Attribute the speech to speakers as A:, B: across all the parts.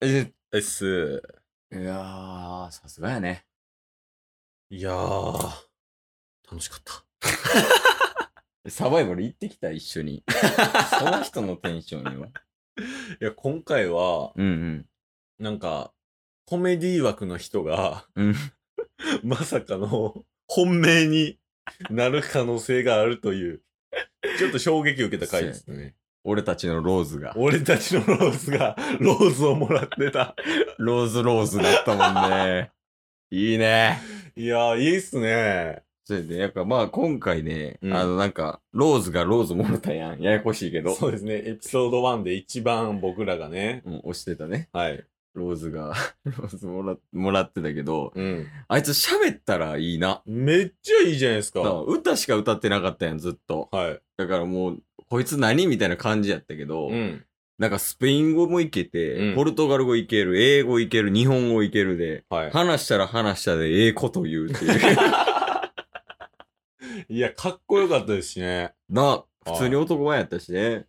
A: え、
B: えっす。
A: いやー、さすがやね。
B: いやー、楽しかった。
A: サバイバル行ってきた、一緒に。その人のテンションよ。
B: いや、今回は、
A: うん
B: なんか、コメディ枠の人が、
A: うん。うん。
B: まさかの本命になる可能性があるという、ちょっと衝撃を受けた回ですね。
A: 俺たちのローズが。
B: 俺たちのローズが、ローズをもらってた。
A: ローズローズだったもんね。 いいね。
B: いやー、いいっすね。
A: それで、やっぱまあ今回ね、
B: うん
A: あのなんか、ローズがローズもろたやん。ややこしいけど。
B: そうですね。エピソード1で一番僕らがね。
A: うん、押してたね。
B: はい。
A: ローズが、 ローズもらもらってたけど、
B: うん。
A: あいつ喋ったらいいな。
B: めっちゃいいじゃないですか。
A: だから
B: は
A: 歌しか歌ってなかったやん、ずっと。
B: い。
A: だからもう、こいつ何みたいな感じやったけど、
B: うん。
A: なんかスペイン語もいけて、
B: うん
A: ポルトガル語いける、英語いける、日本語いけるで、
B: はい。
A: 話したら話したでええこと言うっ ていう。
B: いや、かっこよかったですしね。
A: な、普通に男前やったしね。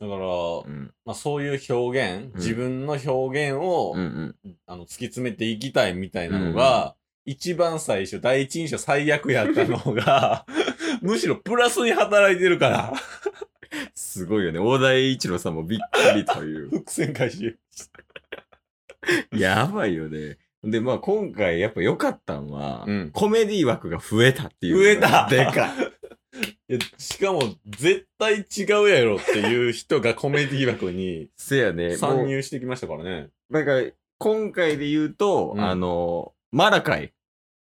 B: だから、
A: うん。
B: まあ、そういう表現、
A: ん
B: 自分の表現を、
A: うんうん。
B: あの突き詰めていきたいみたいなのが、一番最初、第一印象最悪やったの が、むしろプラスに働いてるから、
A: すごいよね。大田栄一郎さんもびっくりと いう。
B: 伏線回収。
A: やばいよね。で、まあ今回やっぱ良かったんは、
B: うん
A: コメディ枠が増えたっていう。
B: 増えた
A: でかい。
B: いやしかも、絶対違うやろっていう人がコメディ枠 に
A: せやね。
B: 参
A: も
B: 入してきましたからね。
A: うなんか、今回で言うと、
B: うん
A: あの、マラカイ。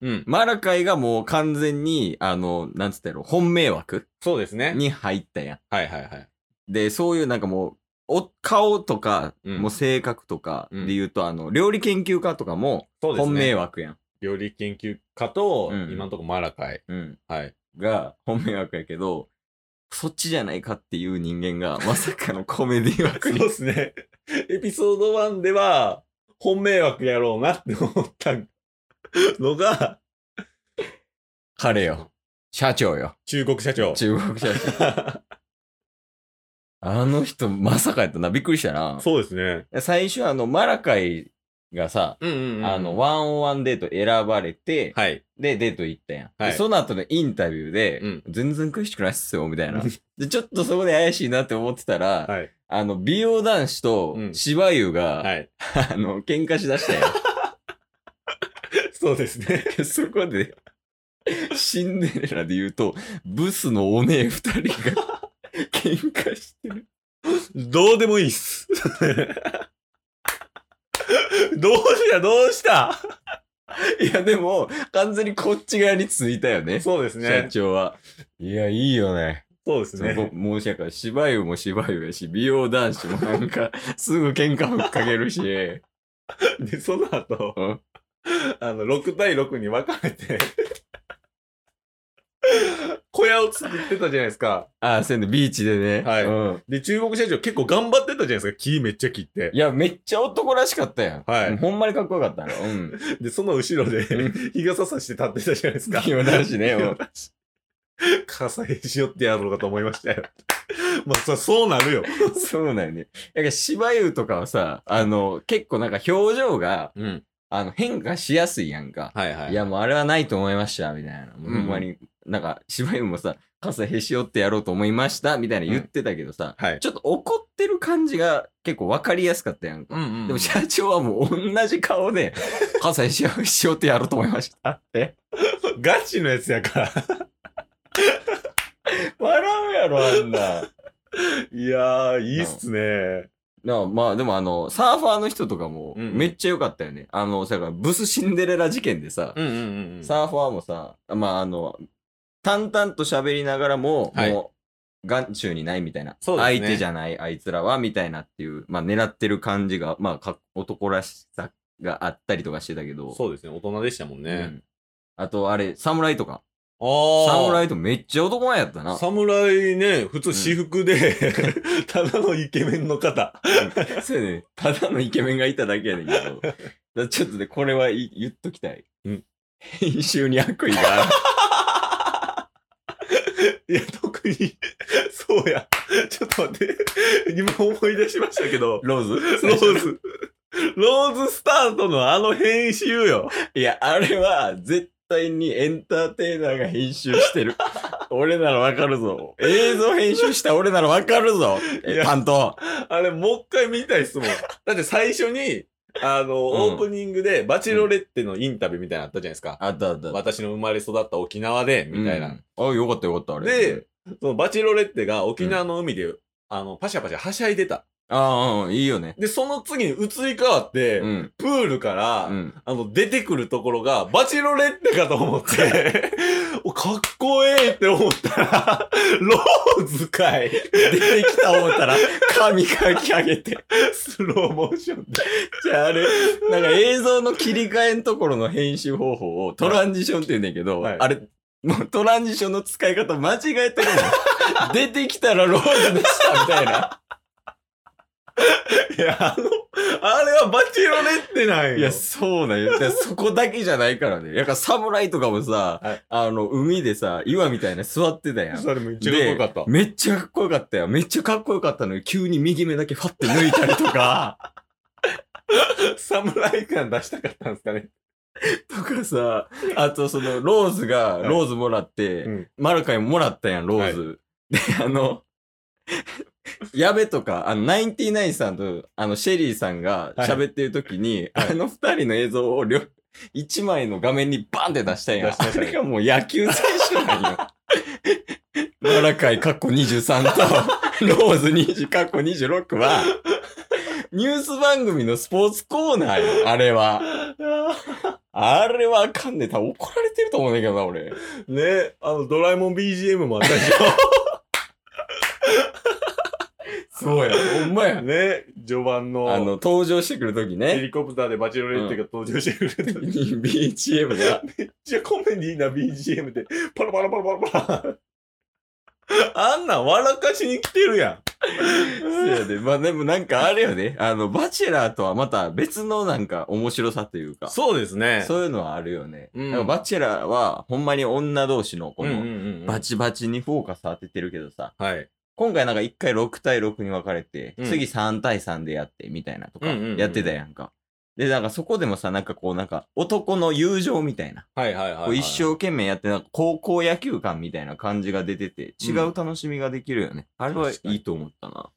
B: うん。
A: マラカイがもう完全に、あの、なんつったやろ、本命枠
B: そうですね。
A: に入ったや
B: はいはいはい。
A: ん。で、そういうなんかもう、お顔とか、
B: うん
A: もう性格とかで言うと、あの、料理研究家とかも
B: そうですね。
A: 本命枠やん。
B: 料理研究家と、
A: うん
B: 今のところマラカイ。
A: うん。
B: はい。
A: が本命枠やけど、そっちじゃないかっていう人間 が、まさかのコメディ枠
B: そう
A: に。
B: ですね。エピソード1では、本迷惑やろうなって思ったのが、
A: 彼よ。社長よ。
B: 中国社長。
A: 中国社長。あの人、まさかやったな。びっくりしたな。
B: そうですね。
A: 最初、あの、マラカイがさ、
B: うんうん、
A: あの、、ワンオンワンデート選ばれて、
B: はい。
A: で、デート行ったやん。
B: はい
A: でその後のインタビューで、
B: うん
A: 全然詳しくないっすよ、みたいな
B: うん。
A: で、ちょっとそこで怪しいなって思ってたら、
B: はい。
A: あの、美容男子と
B: うん
A: 芝生が、
B: はい。
A: あの、喧嘩しだしたやん。
B: そうですね。
A: でそこで、シンデレラで言うと、ブスのお姉二人 が喧嘩してる。
B: どうでもいいっす。 どうしたどうした
A: いや、でも、完全にこっち側についたよね。
B: そうです
A: 社
B: ね。
A: 長は。いや、いいよね。
B: そうです
A: その
B: ね。
A: 申し訳ない。芝居も芝居やし、美容男子もなんか、すぐ喧嘩ふっかける し。
B: で、その後、
A: うん
B: あの、6対6に分かれて、小屋を作ってたじゃないですか。
A: ああ、せんで、ビーチでね。
B: はい
A: うん。
B: で、中国社長結構頑張ってたじゃないですか。木めっちゃ切って
A: い。や、めっちゃ男らしかったやん。
B: はい
A: うんほんまにかっこよかったの。うん。
B: で、その後ろで
A: う、
B: 日傘さして立ってたじゃないですか。
A: 美容男子ね。うん
B: 傘へしよってやろうかと思いましたよ。 まあ、そそうなるよ。
A: そうなんよね。だから、芝生とかはさ、あの、結構なんか表情が、
B: うん。
A: あの、変化しやすいやんか。
B: はいはい
A: や、もうあれはないと思いました、みたいな。ほ
B: ん
A: んまに、なんか、芝生もさ、傘へし折ってやろうと思いました、みたいな言ってたけどさ、
B: はい。
A: ちょっと怒ってる感じが結構わかりやすかったやんか。
B: んうん
A: でも社長はもう同じ顔 で、傘へし折ってやろうと思いましたって。
B: ガチのやつやから。
A: 笑うやろ、あんな。
B: いやー、いいっすね。
A: なあまあでもあの、サーファーの人とかも
B: うん
A: めっちゃ良かったよね。あの、だからブスシンデレラ事件でさ、
B: んうんう
A: サーファーもさ、まああの、淡々と喋りながらも、
B: はい
A: もう、眼中にないみたいな、
B: そうですね
A: 相手じゃないあいつらはみたいなっていう、まあ狙ってる感じが、まあか男らしさがあったりとかしてたけど、
B: そうですね。大人でしたもん
A: う
B: ね。
A: んあとあれ、侍とか。
B: あー
A: 侍とめっちゃ男前やったな。
B: 侍ね、普通私服で、 ただのイケメンの方。
A: そうやね。ただのイケメンがいただけやねんけど。だからちょっとね、これはい言っときたい。
B: うん
A: 編集に悪意がある。
B: いや、特に、 そうや。ちょっと待って。今思い出しましたけど、
A: ローズ
B: ローズ。ローズスタートのあの編集よ。
A: いや、あれは絶対にエンターテイナーが編集して る。俺ならわかるぞ。映像編集した俺ならわかるぞ。
B: い
A: え
B: や
A: 担当。
B: あれ、もう一回見たいっすもん。だって最初に、あの、
A: うん
B: オープニングで、バチェロレッテのインタビューみたいなのあったじゃないですか。
A: あったあった。
B: 私の生まれ育った沖縄で、みたいな。
A: うん。あ、よかったよかった、あれ。
B: で、そのバチェロレッテが沖縄の海で、あの、パシャパシャはしゃいでた。
A: ああ、うんいいよね。
B: で、その次に移り変わって、
A: うん。
B: プールから、
A: うん。
B: あの、出てくるところが、バチェロレッテかと思って、 おかっこええって思ったら、ローズかい。
A: 出てきた思ったら、髪かき上げて。
B: スローモーションで。
A: じゃああれ、なんか映像の切り替えんところの編集方法をトランジションって言うねんだけど、
B: はい
A: あれ、もうトランジションの使い方間違えてるも ん。出てきたらローズでしたみたいな。
B: いや、あの、あれはバチェロレッテなんよ。
A: いや、そうなんよ。だからそこだけじゃないからね。やっぱ侍とかもさ、
B: はい
A: あの、海でさ、岩みたいな座ってたやん。
B: それめっちゃかっこよかった。
A: めっちゃかっこよかったよ。めっちゃかっこよかったのに、急に右目だけファって抜いたりとか。
B: 侍感出したかったんですかね。
A: とかさ、あとその、ローズが、
B: はい
A: ローズもらって、
B: うん
A: マルカイももらったやん、ローズ。で、あの、矢部とか、あの、ナインティナインさんと、あの、シェリーさんが
B: はい
A: 喋ってる時に、
B: はい
A: あの二人の映像を両、一枚の画面にバンって出したやん。
B: 出しま
A: あ
B: したね
A: れがもう野球選手なんよ。 マラカイカッコ23と、 ローズ20カッコ26は、ニュース番組のスポーツコーナーよ、あれは。あれはあかんね多分怒られてると思うんだけどな、俺。
B: ね、あの、ドラえもん BGM もあったで し
A: そうや、ほんま
B: ょ。
A: や。
B: ね、序盤の、
A: あの、登場してくるとき
B: ヘ
A: ね、
B: リコプターでバチェロレッテが登場してくれた。めっ
A: BGM が。
B: ちゃコメディーな BGM で、パラパラパラパラパラ。あんなん笑かしに来てる や
A: そうや で。まあでもなんかあれよね、あの、バチェラーとはまた別のなんか面白さというか、
B: ん。そうですね
A: そういうのはあるよね。
B: うん
A: なんかバチェラーはほんまに女同士のこ
B: うんうん
A: の、
B: うん
A: バチバチにフォーカス当ててるけどさ、
B: はい。
A: 今回なんか一回6対6に分かれて、
B: うん
A: 次3対3でやってみたいなとか
B: うんうんうんうん
A: やってたやんか。で、なんかそこでもさ、なんかこうなんか男の友情みたいな。
B: はいはいはい、
A: こう一生懸命やってなんか高校野球感みたいな感じが出てて違う楽しみができるよね、あれはい
B: 確かに
A: いと思ったな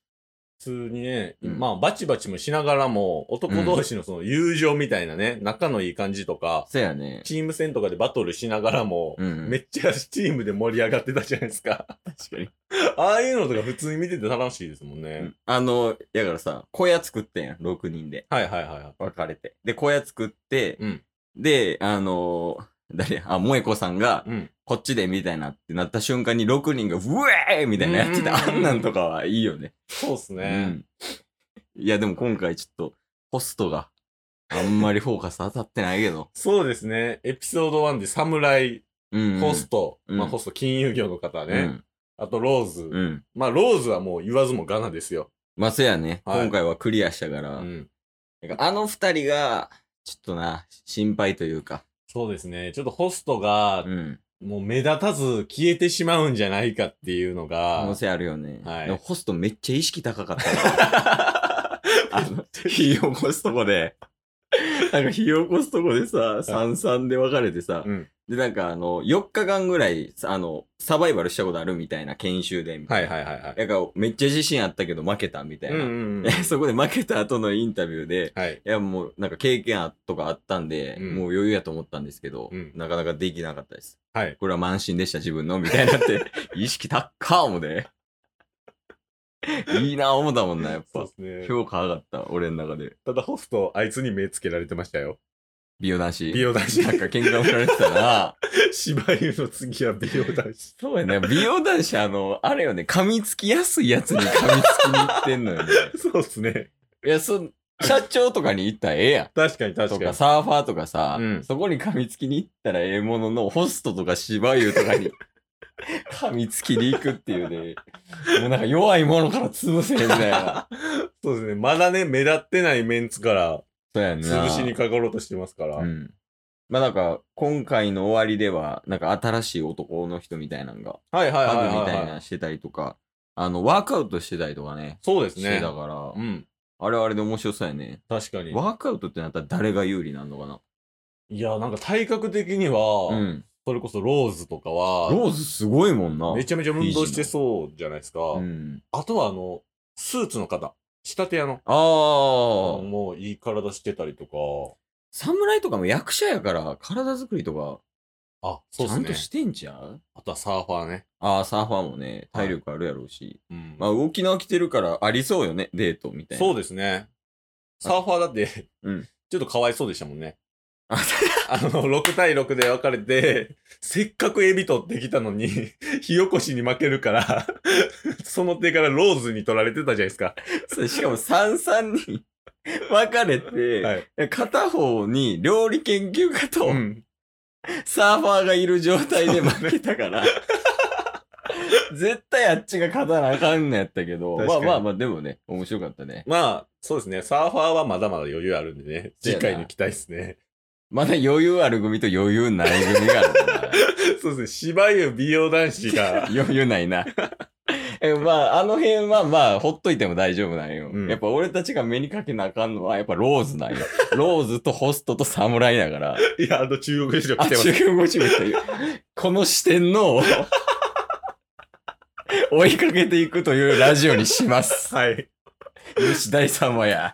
B: 普通にね、
A: うん
B: まあ、バチバチもしながらも、男同士のその友情みたいなね、仲のいい感じとか、
A: そやね
B: チーム戦とかでバトルしながらも、
A: うん
B: めっちゃチームで盛り上がってたじゃないですか。
A: 確かに、
B: ああいうのとか普通に見てて楽しいですもんね。
A: うんあのだからさ小屋作ってんやん6人で
B: はいはいはいはい。
A: 別れてで小屋作って、
B: うん
A: であのー誰やあ萌子さんが
B: うん。
A: こっちでみたいなってなった瞬間に6人が「うえー!」みたいなやってた、
B: うんうんうん
A: あんなんとかはいいよね
B: そうっすね。
A: うん、いやでも今回ちょっとホストがあんまりフォーカス当たってないけど
B: そうですね。エピソード1で侍、
A: うん
B: ホスト、
A: うん
B: まあホスト金融業の方
A: ト
B: ね。あとローズ、
A: うん、うん
B: まあローズはもう言わずもがなですよ。
A: まあ、せやね、
B: はい
A: 今回はクリアしたから、
B: うん。
A: なんかあの二人が、ちょっとな、心配というか、
B: そうですね。ちょっとホストが
A: うん。
B: もう目立たず消えてしまうんじゃないかっていうの
A: 可
B: が
A: 能。性あるよね。
B: はい
A: でもホストめっちゃ意識高かっ たよあの、火起こすとこで、なんか火起こすとこでさ、三三で別れてさ、
B: うん
A: で、なんかあの、4日間ぐらい、さあの、サバイバルしたことあるみたいな研修で、みた
B: はいい
A: な。
B: はいはいはい。
A: だからめっちゃ自信あったけど負けたみたいな。
B: ん
A: そこで負けた後のインタビューで、
B: はい。
A: いや、もう、なんか経験あとかあったんで、
B: うん
A: もう余裕やと思ったんですけど、
B: うん
A: なかなかできなかったです。
B: はい。
A: これは満身でした、自分の、みたいになって、 意識高っかもね。いいな、思ったもんな、やっ
B: そう
A: ぱ
B: で。すね。
A: 評価上がった、俺の中で。
B: ただホスト、あいつに目つけられてましたよ。
A: 美容男子。
B: 美容男子。
A: なんか喧嘩売られて たな。
B: 芝居の次は美容男子。
A: そうやね。美容男子、あの、あれよね、噛みつきやすいやつに噛みつきに行ってん のよね。
B: そうっすね。
A: いや、そ、社長とかに行ったらええやん。
B: 確かに確
A: と
B: か
A: か
B: に。
A: サーファーとかさ、
B: うん
A: そこに噛みつきに行ったらええものの、ホストとか芝生と かに噛みつきに行くっていうね、もうなんか弱いものから潰せみたいな。
B: そうですね。まだね、目立ってないメンツから
A: そうやんな。
B: 潰しにかかろうとしてますから。
A: うん。まあなんか、今回の終わりでは、なんか新しい男の人みたいなのが、
B: はいはいはい
A: ハ
B: はい
A: グみ
B: はい、
A: たいなのしてたりとか、あの、ワークアウトしてたりとかね、
B: そうです
A: して
B: ね
A: た。から、
B: うん。
A: あれはあれで面白そうやね。
B: 確かに。
A: ワークアウトってなったら誰が有利なのかない
B: や、なんか体格的には、
A: うん。
B: それこそローズとかは、
A: ローズすごいもんな。
B: めちゃめちゃ運動してそうじゃないですか。
A: うん。
B: あとは、あの、スーツの方、仕立て屋の、
A: ああ。
B: もういい体してたりとか、
A: 侍とかも役者やから、体作りとか、
B: あ、そう
A: ちゃん
B: で
A: と
B: す
A: し
B: ね。
A: てんちゃう
B: あとはサーファーね。
A: ああ、サーファーもね、体力あるやろうし。
B: うん
A: まあ、沖縄来てるから、ありそうよね、デートみたいな。
B: そう
A: う。
B: ですね。サーファーだって、
A: うん
B: ちょっとかわいそうでしたもんね。
A: あ
B: あの、6対6で分かれて、せっかくエビ取ってきたのに、 火起こしに負けるから、 その手からローズに取られてたじゃないですか。
A: そうしかも、三々に 分かれて、
B: はい。
A: 片方に料理研究家と
B: うん
A: サーファーがいる状態で負けたから、 絶対あっちが勝たなあかんのやったけど、
B: 確
A: ま
B: か
A: あ
B: に
A: まあまあ、でもね、面白かったね。
B: まあ、そうですね。サーファーはまだまだ余裕あるんでね。
A: そ
B: 次
A: うやな
B: 回に期待ですね。
A: まだ余裕ある組と余裕ない組があるから。。
B: そうですね。芝生美容男子が
A: 余裕ないな。 えまあ、あの辺はまあ、ほっといても大丈夫なんよ。
B: うん
A: やっぱ俺たちが目にかけなあかんのは、やっぱローズ なんよ。ローズとホストと侍だから。
B: いや、あの中国市場
A: あ、
B: 来てます
A: 中。国人っていう。この視 点の、追いかけていくというラジオにします。
B: はい。
A: 吉大様や。